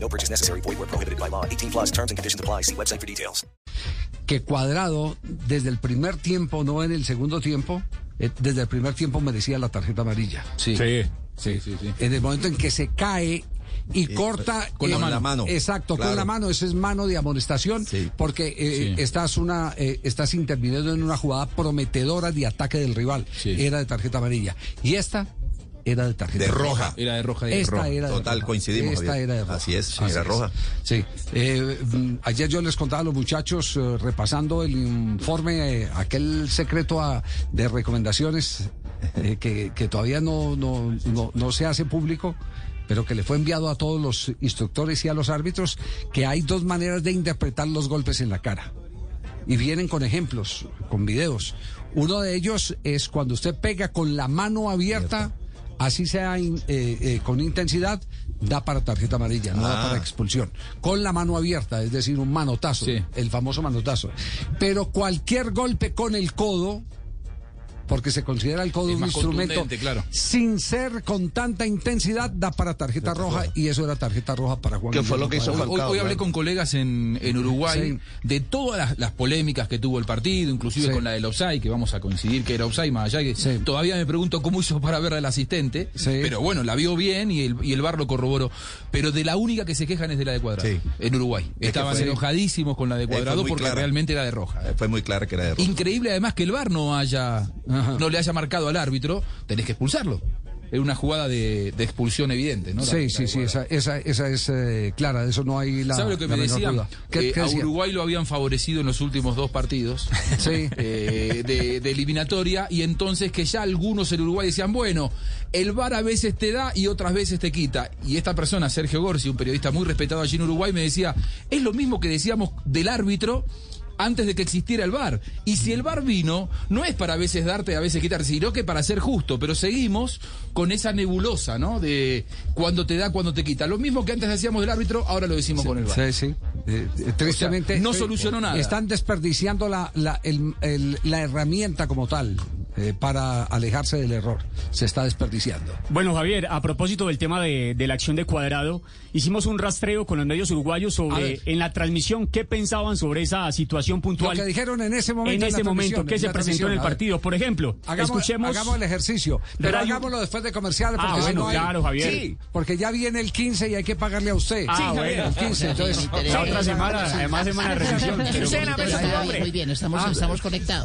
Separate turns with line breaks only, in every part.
No purchase necessary. Void where prohibited by law. 18 plus terms and conditions apply. See website for details.
que Cuadrado, desde el primer tiempo, no en el segundo tiempo, eh, desde el primer tiempo merecía la tarjeta amarilla.
Sí, sí, sí, sí.
En el momento en que se cae y corta eh,
con la mano.
Exacto,
Claro.
con la mano. Eso es mano de amonestación
Sí.
porque eh,
Sí.
estás una eh, estás interviniendo en una jugada prometedora de ataque del rival.
Sí.
Era de tarjeta amarilla. Y esta era de tarjeta
De roja.
Era de roja.
Esta
roja.
era de
Total,
roja.
coincidimos,
Esta
Javier.
era de roja.
Así es, sí, era roja.
Sí. Eh, mm, ayer yo les contaba a los muchachos, eh, repasando el informe, eh, aquel secreto a- de recomendaciones eh, que, que todavía no, no, no- no se hace público pero que le fue enviado a todos los instructores y a los árbitros, que hay dos maneras de interpretar los golpes en la cara y vienen con ejemplos, con videos. Uno de ellos es cuando usted pega con la mano abierta, así sea in- eh, eh, con intensidad, da para tarjeta amarilla, no da
Ah.
para expulsión. Con la mano abierta, es decir, un manotazo,
Sí.
el famoso manotazo. Pero cualquier golpe con el codo, porque se considera el codo
Es
un
más
instrumento
contundente, claro.
sin ser con tanta intensidad, da para tarjeta roja y eso era tarjeta roja para Juan.
¿Qué fue lo que hizo
Hoy,
Cuadrado.
hoy- hoy hablé con colegas en, en Uruguay de todas las, las polémicas que tuvo el partido, inclusive
Sí.
con la del offside, que vamos a coincidir que era offside, más allá que
Sí.
todavía me pregunto cómo hizo para ver al asistente,
Sí.
pero bueno, la vio bien y el, y el bar lo corroboró. Pero de la única que se quejan es de la de Cuadrado,
Sí.
en Uruguay.
que
Estaban
fue-
enojadísimos con la de
fue
Cuadrado
muy
porque
clara. Eh,
realmente era de roja.
Fue muy clara que era de roja.
Increíble además que el VAR no haya no le haya marcado al árbitro, tenés que expulsarlo. Era una jugada de, de expulsión evidente, ¿no? La- la
Sí,
de
sí, sí,
Guardado.
esa, esa, esa es eh, clara, de eso no hay la,
¿Sabe lo que
la
me
menor
decían?
duda. ¿Qué-
Eh,
qué
a
decían?
Uruguay lo habían favorecido en los últimos dos partidos
Sí.
eh, de, de eliminatoria y entonces que ya algunos en Uruguay decían, bueno, el VAR a veces te da y otras veces te quita. Y esta persona, Sergio Gorsi, un periodista muy respetado allí en Uruguay, me decía, es lo mismo que decíamos del árbitro antes de que existiera el VAR. Y si el VAR vino, no es para a veces darte y a veces quitar, sino que para ser justo, pero seguimos con esa nebulosa, ¿no? De cuando te da, cuando te quita. Lo mismo que antes decíamos del árbitro, ahora lo decimos con el VAR.
Sí, sí. Eh, eh, tristemente.
no solucionó nada.
Están desperdiciando la, la, el- el- la herramienta como tal eh, para alejarse del error. Se está desperdiciando.
Bueno, Javier, a propósito del tema de, de la acción de Cuadrado, hicimos un rastreo con los medios uruguayos
A
sobre
ver.
en la transmisión qué pensaban sobre esa situación
Lo
puntual
que dijeron en ese momento.
en
la
ese momento
transmisión,
que se
la
presentó en el
transmisión, a ver.
partido. Por ejemplo,
Hagamos,
escuchemos
hagamos el ejercicio, pero
Rayo-
hagámoslo después de comerciales.
Ah,
Porque si
bueno,
no hay-
claro, Javier.
Sí, porque ya viene el 15 y hay que pagarle a usted.
Ah, bueno.
El 15, entonces,
la otra semana, además semana de recesión. pero-
Susana, beso a tu hombre. Muy bien,
Ah,
estamos, estamos conectados.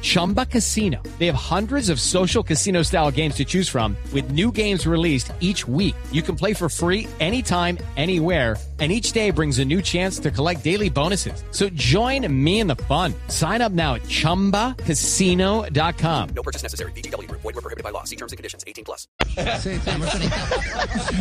Chumba Casino. They have hundreds of social casino style games to choose from, with new games released each week. You can play for free anytime, anywhere. And each day brings a new chance to collect daily bonuses. So join me in the fun. Sign up now at chumbacasino.com.
No purchase necessary. BGW. Void were prohibited by law. See terms and conditions. 18 plus.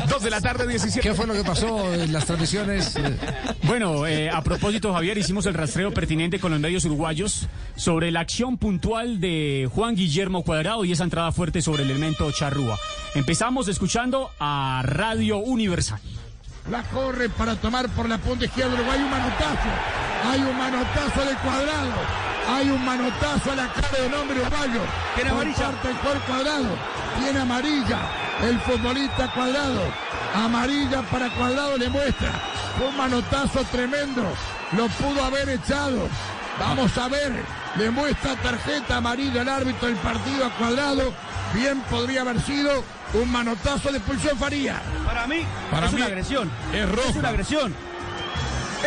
Dos de la tarde, 17. ¿Qué fue lo que pasó en las transmisiones? eh?
Bueno, eh, a propósito, Javier, hicimos el rastreo pertinente con los medios uruguayos sobre la acción puntual de Juan Guillermo Cuadrado y esa entrada fuerte sobre el elemento charrúa. Empezamos escuchando a Radio Universal.
La corre para tomar por la punta izquierda del Uruguay. Hay un manotazo. Hay un manotazo de cuadrado. Hay un manotazo a la cara del hombre uruguayo. Tiene amarilla. cuadrado. Tiene amarilla. El futbolista cuadrado. Amarilla para cuadrado le muestra. Fue un manotazo tremendo. Lo pudo haber echado. Vamos a ver. Le muestra tarjeta amarilla al árbitro del partido a cuadrado. Bien podría haber sido un manotazo de expulsión Faría.
Para mí,
Para
es
mí,
una agresión.
es roja.
una agresión.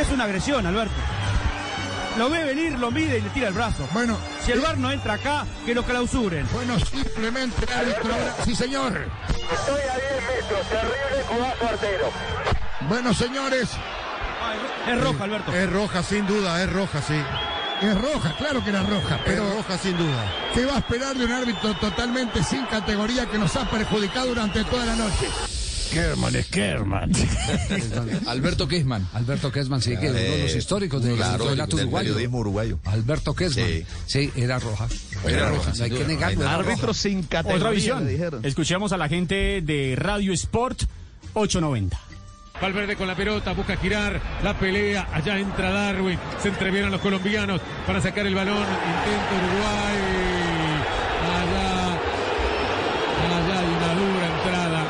Es una agresión, Alberto. Lo ve venir, lo mide y le tira el brazo.
Bueno,
si el
eh,
bar no entra acá, que lo clausuren.
Bueno, simplemente el árbitro ahora- Sí, señor.
Estoy a 10 metros, terrible jugazo artero.
Bueno, señores.
Es roja, Alberto.
Eh,
Es roja, sin duda, es roja, sí.
Es roja, claro que era roja, pero.
Es roja sin duda.
¿Qué va a esperar de un árbitro totalmente sin categoría que nos ha perjudicado durante toda la noche?
Kerman es Kerman.
Alberto Kesman.
Alberto Kesman, sí, que es uno de los históricos del
Eh, Claro,
relato
del
uruguayo.
periodismo uruguayo.
Alberto Kesman. Sí. era roja.
Era
No
roja,
hay
sin
que
duda.
negarlo. era
Árbitro
roja.
sin
Otra visión. Escuchemos a la gente de Radio Sport 890.
Valverde con la pelota, busca girar la pelea. Allá entra Darwin. Se entrevieron los colombianos para sacar el balón. Intento Uruguay. Allá. Allá hay una dura entrada.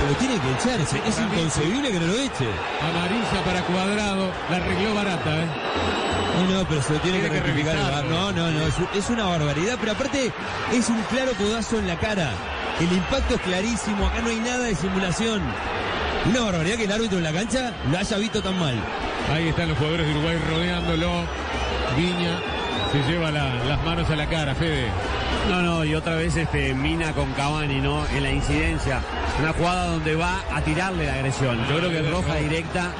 Pero tiene que echarse. Es inconcebible que no lo eche.
Amarilla para cuadrado. La arregló barata, ¿eh?
No, no, pero se lo tiene,
Tiene
que
que
rectificar el VAR.
revisarlo.
No, no, no. Es, un- es una barbaridad. Pero aparte, es un claro codazo en la cara. El impacto es clarísimo. Acá no hay nada de simulación. Una barbaridad que el árbitro en la cancha lo haya visto tan mal.
Ahí están los jugadores de Uruguay rodeándolo. Viña se lleva la- las manos a la cara, Fede.
No, no, y otra vez este Mina con Cavani, ¿no? En la incidencia. Una jugada donde va a tirarle la agresión. Yo creo que es roja directa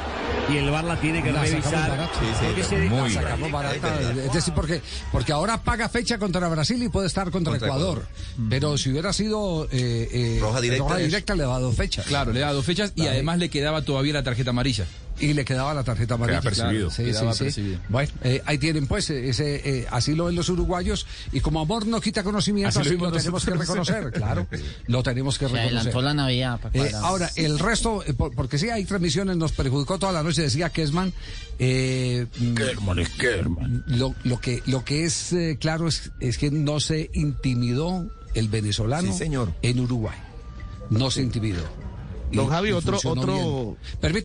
y el VAR la tiene que
La sacamos
revisar.
barata.
Porque se-
La sacamos barata. Es decir, porque, porque ahora paga fecha contra Brasil y puede estar contra,
Contra
Ecuador. Pero si hubiera sido eh, eh,
Roja directa es-
directa, le daba dos fechas.
Claro, le daba dos fechas y
Ahí.
además le quedaba todavía la tarjeta amarilla.
Y le quedaba la tarjeta amarilla.
Queda percibido.
Sí,
Quedaba
sí, sí.
percibido.
Bueno, eh, ahí tienen pues, eh, ese, eh, así lo ven los uruguayos. Y como amor no quita conocimiento,
Así
así,
lo
lo
vimos
tenemos que
nosotros.
reconocer, claro. Lo tenemos que
Se adelantó
reconocer.
la Navidad. pa'
Eh,
cuadrado.
ahora, el resto, eh, por- porque sí hay transmisiones, nos perjudicó toda la noche, decía Kesman. Eh, mm, Lo, lo, que, lo que es eh, claro es, es que no se intimidó el venezolano
Sí, señor.
en Uruguay. No se intimidó.
Don Javi, otro-
funcionó
otro-
bien. Permítame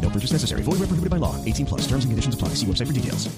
No purchase necessary. Void where prohibited by law. 18 plus. Terms and conditions apply. See website for details.